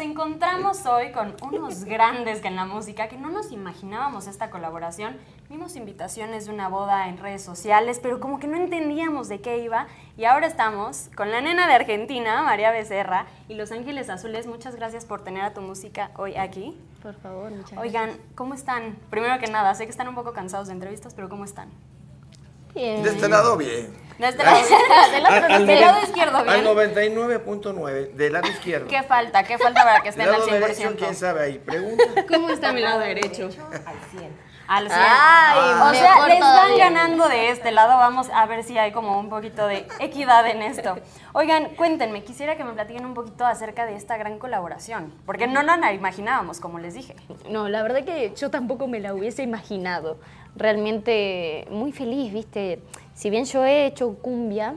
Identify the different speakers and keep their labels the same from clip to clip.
Speaker 1: encontramos hoy con unos grandes que en la música, que no nos imaginábamos esta colaboración. Vimos invitaciones de una boda en redes sociales, pero como que no entendíamos de qué iba. Y ahora estamos con la nena de Argentina, María Becerra, y Los Ángeles Azules. Muchas gracias por tener a tu música hoy aquí.
Speaker 2: Por favor, muchas
Speaker 1: Oigan, ¿cómo están? Primero que nada, sé que están un poco cansados de entrevistas, pero ¿cómo están?
Speaker 2: gracias. Bien.
Speaker 3: De este lado, bien.
Speaker 1: De este lado, del otro-
Speaker 3: Ah, Al- al
Speaker 1: del lado
Speaker 3: noven-
Speaker 1: izquierdo,
Speaker 3: Al
Speaker 1: bien.
Speaker 3: 99.9, del lado izquierdo.
Speaker 1: ¿Qué falta? ¿Qué falta para que estén
Speaker 3: Del
Speaker 1: al
Speaker 3: lado derecho, quién
Speaker 1: 100%?
Speaker 3: sabe ahí. Pregunta.
Speaker 2: ¿Cómo está mi lado derecho?
Speaker 1: Al 100.
Speaker 2: Ay,
Speaker 1: o sea,
Speaker 2: mejor
Speaker 1: les van
Speaker 2: todavía.
Speaker 1: ganando de este lado. Vamos a ver si hay como un poquito de equidad en esto. Oigan, cuéntenme, quisiera que me platiquen un poquito acerca de esta gran colaboración, porque no nos la imaginábamos, como les dije.
Speaker 2: No, la verdad que yo tampoco me la hubiese imaginado. Realmente muy feliz, viste. Si bien yo he hecho cumbia,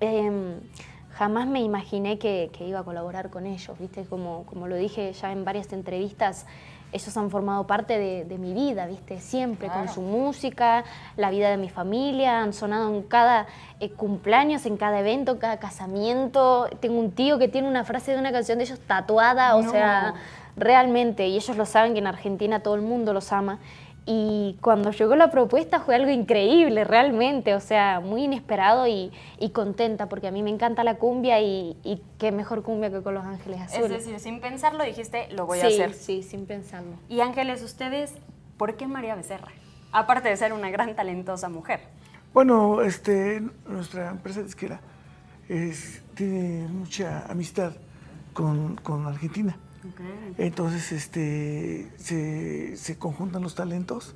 Speaker 2: em, jamás me imaginé que, que iba a colaborar con ellos, viste. Como, como lo dije ya en varias entrevistas, ellos han formado parte de, de mi vida, viste, siempre, con su música, la vida de mi familia, han sonado en cada eh, cumpleaños, en cada evento, cada casamiento. Tengo un tío que tiene una frase de una canción de ellos tatuada, o sea, realmente, y ellos lo saben que en Argentina todo el mundo los ama. Y cuando llegó la propuesta fue algo increíble, realmente, o sea, muy inesperado y, y contenta, porque a mí me encanta la cumbia y, y qué mejor cumbia que con los Ángeles
Speaker 1: Es
Speaker 2: Azules.
Speaker 1: decir, sin pensarlo dijiste, lo voy
Speaker 2: sí,
Speaker 1: a hacer.
Speaker 2: sí, sin pensarlo.
Speaker 1: Y Ángeles, ustedes, ¿por qué María Becerra? Aparte de ser una gran talentosa mujer.
Speaker 4: Bueno, este, nuestra empresa disquera es- tiene mucha amistad con, con Argentina. Entonces, este, se, se conjuntan los talentos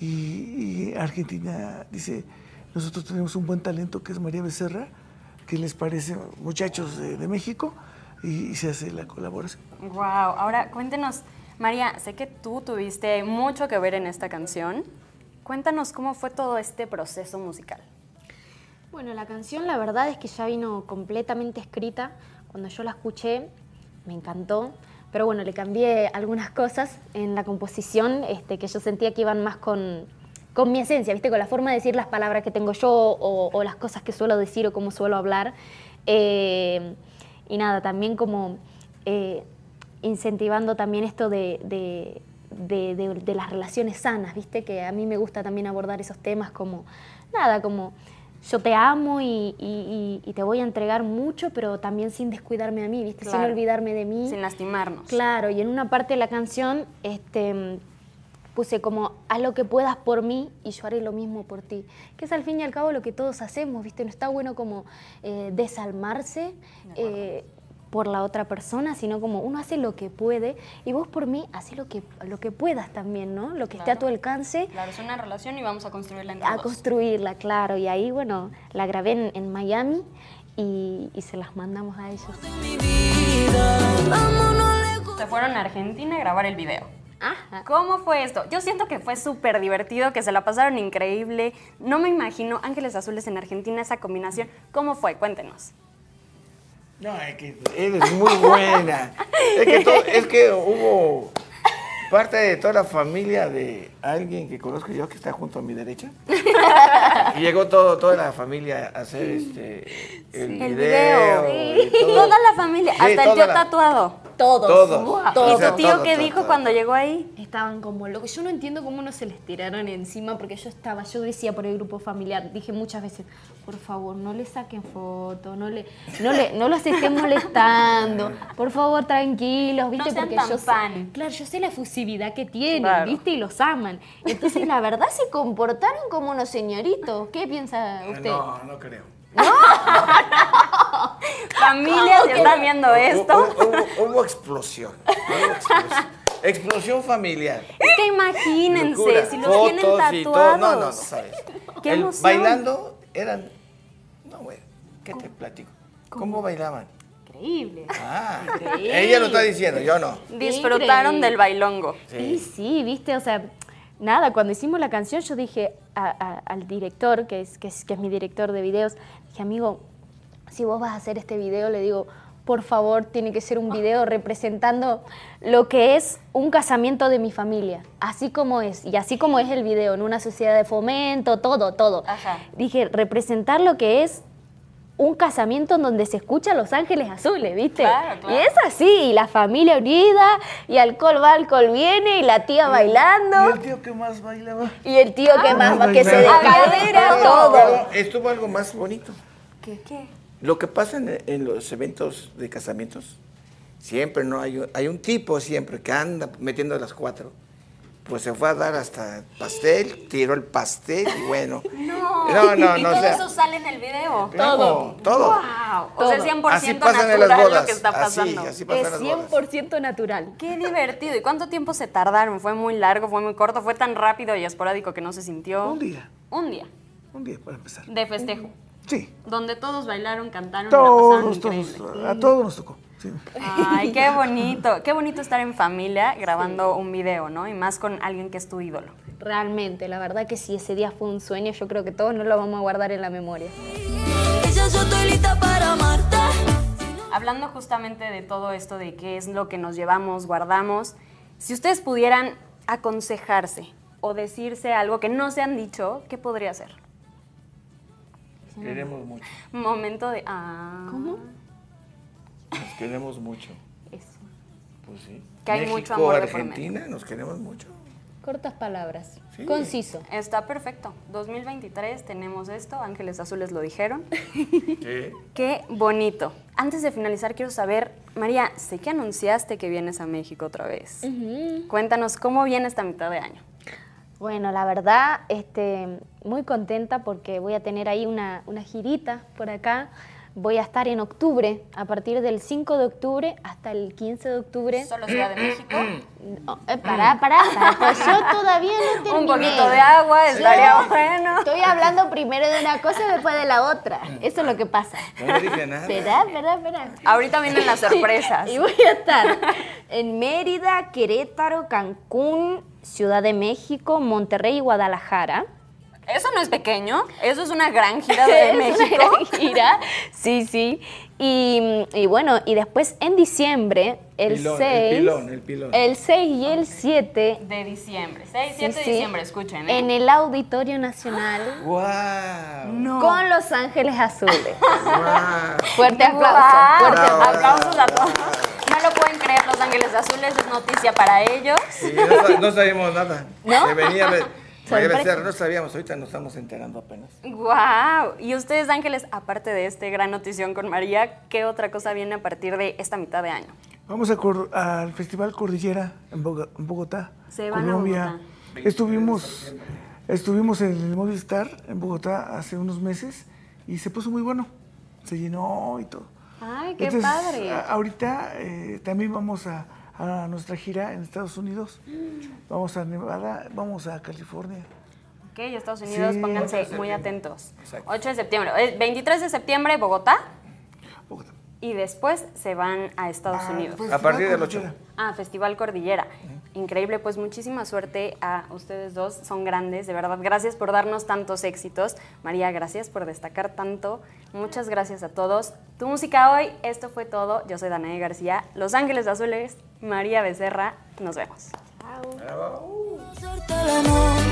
Speaker 4: y, y Argentina dice, nosotros tenemos un buen talento que es María Becerra, que les parece muchachos de, de México y- y se hace la colaboración.
Speaker 1: Wow. Ahora, cuéntenos, María, sé que tú tuviste mucho que ver en esta canción. Cuéntanos cómo fue todo este proceso musical.
Speaker 2: Bueno, la canción la verdad es que ya vino completamente escrita. Cuando yo la escuché, me encantó. Pero bueno, le cambié algunas cosas en la composición este, que yo sentía que iban más con, con mi esencia, ¿viste? Con la forma de decir las palabras que tengo yo o, o las cosas que suelo decir o cómo suelo hablar. Eh, y nada, también como eh, incentivando también esto de, de- de- de- de las relaciones sanas, ¿viste? Que a mí me gusta también abordar esos temas como, nada, como yo te amo y, y- y- y te voy a entregar mucho, pero también sin descuidarme a mí, ¿viste? Sin
Speaker 1: Claro.
Speaker 2: olvidarme de mí.
Speaker 1: Sin lastimarnos.
Speaker 2: Claro, y en una parte de la canción este, mm, puse como, haz lo que puedas por mí y yo haré lo mismo por ti. Que es al fin y al cabo lo que todos hacemos, ¿viste? No está bueno como eh, desalmarse eh, por la otra persona, sino como uno hace lo que puede y vos por mí haces lo que, lo que puedas también, ¿no? Lo que esté a tu alcance
Speaker 1: Claro, es una relación y vamos a construirla entre
Speaker 2: a
Speaker 1: dos.
Speaker 2: construirla, claro. Y ahí, bueno, la grabé en, en Miami y- y se las mandamos a ellos.
Speaker 1: Se fueron a Argentina a grabar el video.
Speaker 2: Ajá.
Speaker 1: ¿Cómo fue esto? Yo siento que fue súper divertido, que se la pasaron increíble. No me imagino Ángeles Azules en Argentina, esa combinación. ¿Cómo fue? Cuéntenos.
Speaker 3: No, es que eres muy buena. Es que, to- es que hubo parte de toda la familia de alguien que conozco yo que está junto a mi derecha. Y llegó todo, toda la familia a hacer este, el, video. y todo.
Speaker 1: Toda la familia,
Speaker 3: Sí,
Speaker 1: hasta el
Speaker 3: toda
Speaker 1: tío
Speaker 3: la-
Speaker 1: tatuado.
Speaker 2: Todos.
Speaker 3: Todos.
Speaker 2: Buah.
Speaker 3: Todos.
Speaker 1: ¿Y tu tío
Speaker 3: Todo,
Speaker 1: qué
Speaker 3: todo,
Speaker 1: dijo
Speaker 3: todo.
Speaker 1: cuando llegó ahí?
Speaker 2: Estaban como locos. Yo no entiendo cómo no se les tiraron encima, porque yo estaba, yo decía por el grupo familiar, dije muchas veces, por favor, no le saquen foto, no le, no le, no los estén molestando, por favor, tranquilos, ¿viste?
Speaker 1: sean
Speaker 2: porque
Speaker 1: tan
Speaker 2: yo sé-
Speaker 1: fan.
Speaker 2: claro, yo sé la efusividad que tienen,
Speaker 1: Claro.
Speaker 2: ¿viste? Y los aman. Entonces, la verdad, se comportaron como unos señoritos. ¿Qué piensa
Speaker 1: este
Speaker 2: usted?
Speaker 3: Ah, No, no creo.
Speaker 1: Familia, si están viendo esto.
Speaker 3: Hubo, hubo- hubo explosión. Hubo explosión. Explosión familiar.
Speaker 1: Es que imagínense,
Speaker 3: Locura.
Speaker 1: si los tienen
Speaker 3: Fotos y todo.
Speaker 1: tatuados.
Speaker 3: No, no, no, sabes.
Speaker 1: Qué
Speaker 3: El
Speaker 1: emoción.
Speaker 3: bailando eran. No, güey. ¿Qué te platico? ¿Cómo, bailaban?
Speaker 2: Increíble.
Speaker 3: Ah, ella lo está diciendo, yo no.
Speaker 1: Disfrutaron del bailongo.
Speaker 2: Sí, sí, viste, o sea, nada, cuando hicimos la canción yo dije a- a- al director, que es, que, es, que es mi director de videos, dije, amigo, si vos vas a hacer este video, le digo, por favor, tiene que ser un video representando lo que es un casamiento de mi familia, así como es, y así como es el video, en una sociedad de fomento, todo, todo.
Speaker 1: Ajá.
Speaker 2: Dije, representar lo que es un casamiento en donde se escucha Los Ángeles Azules, ¿viste?
Speaker 1: Claro, claro.
Speaker 2: Y es así, y la familia unida, y alcohol va, alcohol viene, y la tía
Speaker 4: ¿Y
Speaker 2: bailando,
Speaker 4: el tío que más bailaba?
Speaker 2: y el tío que más,
Speaker 4: no,
Speaker 2: que se
Speaker 4: bailando.
Speaker 2: descadera,
Speaker 1: Pero-
Speaker 2: todo.
Speaker 3: Pero estuvo algo más bonito.
Speaker 1: ¿Qué? ¿Qué?
Speaker 3: Lo que pasa en, en los eventos de casamientos, siempre no hay, un- hay un tipo siempre que anda metiendo a las cuatro. Pues se fue a dar hasta pastel, tiró el pastel y bueno.
Speaker 1: No.
Speaker 3: no, no,
Speaker 1: Y
Speaker 3: no, o
Speaker 1: todo
Speaker 3: sea,
Speaker 1: eso sale en el video.
Speaker 3: claro, Todo. todo.
Speaker 1: Wow. O sea, es 100%
Speaker 3: así pasan en
Speaker 1: natural
Speaker 3: las bodas.
Speaker 1: lo que está pasando.
Speaker 3: Así, así
Speaker 2: Es
Speaker 3: pasan las bodas.
Speaker 2: 100% natural.
Speaker 1: Qué divertido. ¿Y cuánto tiempo se tardaron? ¿Fue muy largo? ¿Fue muy corto? ¿Fue tan rápido y esporádico que no se sintió?
Speaker 4: Un día,
Speaker 1: Un día
Speaker 4: un día para empezar.
Speaker 1: de festejo.
Speaker 4: Sí,
Speaker 1: Donde todos bailaron, cantaron, la pasaron
Speaker 4: todos,
Speaker 1: increíble.
Speaker 4: todos, a todos nos tocó. sí.
Speaker 1: Ay, qué bonito. Qué bonito estar en familia grabando un video, ¿no? Y más con alguien que es tu ídolo.
Speaker 2: Realmente, la verdad que si ese día fue un sueño, yo creo que todos no lo vamos a guardar en la memoria.
Speaker 5: Y ya yo estoy lista para amarte.
Speaker 1: Hablando justamente de todo esto, de qué es lo que nos llevamos, guardamos, si ustedes pudieran aconsejarse o decirse algo que no se han dicho, ¿qué podría ser?
Speaker 3: Queremos mucho,
Speaker 1: Momento de... Ah, ¿Cómo?
Speaker 3: nos queremos mucho.
Speaker 2: Eso.
Speaker 3: Pues sí.
Speaker 1: Que hay
Speaker 3: México,
Speaker 1: mucho amor de por medio.
Speaker 3: Argentina, nos queremos mucho.
Speaker 2: Cortas palabras,
Speaker 3: Sí.
Speaker 2: conciso.
Speaker 1: Está perfecto. 2023 tenemos esto, Ángeles Azules lo dijeron.
Speaker 3: Sí.
Speaker 1: Qué bonito. Antes de finalizar, quiero saber, María, sé que anunciaste que vienes a México otra vez. Cuéntanos cómo viene esta mitad de año.
Speaker 2: Bueno, la verdad, este, muy contenta porque voy a tener ahí una, una girita por acá. Voy a estar en octubre, a partir del 5 de octubre hasta el 15 de octubre.
Speaker 1: Solo Ciudad de
Speaker 3: Mm,
Speaker 1: México.
Speaker 2: No, eh, pará, pará, pará, pues yo todavía no terminé.
Speaker 1: Un poquito de agua, estaría
Speaker 2: Yo
Speaker 1: bueno.
Speaker 2: Estoy hablando primero de una cosa y después de la otra. Eso es lo que pasa.
Speaker 3: No le dije nada.
Speaker 2: Espera, espera, espera.
Speaker 1: Ahorita vienen las sorpresas.
Speaker 2: Y voy a estar en Mérida, Querétaro, Cancún, Ciudad de México, Monterrey y Guadalajara.
Speaker 1: Eso no es pequeño, eso es una gran gira de
Speaker 2: Es una
Speaker 1: México.
Speaker 2: gran gira. Sí, sí. Y, y bueno, y después en diciembre, el
Speaker 3: Pilón, el
Speaker 2: 6.
Speaker 3: pilón, el pilón.
Speaker 2: el 6 y el 7.
Speaker 1: De diciembre, 6,
Speaker 2: sí,
Speaker 1: 7
Speaker 2: sí,
Speaker 1: de diciembre, escuchen. ¿eh?
Speaker 2: En el Auditorio Nacional
Speaker 3: ¡Wow!
Speaker 1: No.
Speaker 2: con Los Ángeles Azules.
Speaker 3: ¡Wow!
Speaker 2: Fuerte aplauso.
Speaker 1: Guau.
Speaker 2: fuerte
Speaker 3: Bravo.
Speaker 2: aplauso.
Speaker 1: Aplausos a todos. No lo pueden creer, Los Ángeles Azules es noticia para ellos.
Speaker 3: Sí, no, sa- no sabíamos nada.
Speaker 2: ¿No?
Speaker 3: Se venía a ver. María
Speaker 2: Sorpresa.
Speaker 3: Becerra, no sabíamos, ahorita nos estamos enterando apenas.
Speaker 1: ¡Wow! Y ustedes, Ángeles, aparte de este gran notición con María, ¿qué otra cosa viene a partir de esta mitad de año?
Speaker 4: Vamos a Cor- al Festival Cordillera en Boga- en Bogotá,
Speaker 1: Se van a
Speaker 4: Colombia.
Speaker 1: Bogotá.
Speaker 4: Estuvimos, estuvimos en el Movistar en Bogotá hace unos meses y se puso muy bueno. Se llenó y todo.
Speaker 1: ¡Ay, qué
Speaker 4: Entonces,
Speaker 1: padre!
Speaker 4: a- ahorita eh, también vamos a, a nuestra gira en Estados Unidos.
Speaker 1: Mm.
Speaker 4: Vamos a Nevada, vamos a California.
Speaker 1: Ok, Estados Unidos,
Speaker 4: Sí.
Speaker 1: pónganse
Speaker 3: 8 de
Speaker 1: muy
Speaker 3: septiembre.
Speaker 1: atentos.
Speaker 3: Exacto.
Speaker 1: 8 de septiembre. Eh, 23 de septiembre, Bogotá.
Speaker 4: Bogotá.
Speaker 1: Y después se van a Estados
Speaker 4: Ah,
Speaker 1: Unidos.
Speaker 4: pues,
Speaker 3: A partir del
Speaker 4: Cordillera.
Speaker 3: 8.
Speaker 1: Ah, Festival Cordillera. Increíble, pues muchísima suerte a ustedes dos, son grandes, de verdad. Gracias por darnos tantos éxitos. María, gracias por destacar tanto. Muchas gracias a todos. Tu música hoy, esto fue todo. Yo soy Danae García, Los Ángeles Azules, María Becerra. Nos vemos.
Speaker 5: Suerte el amor.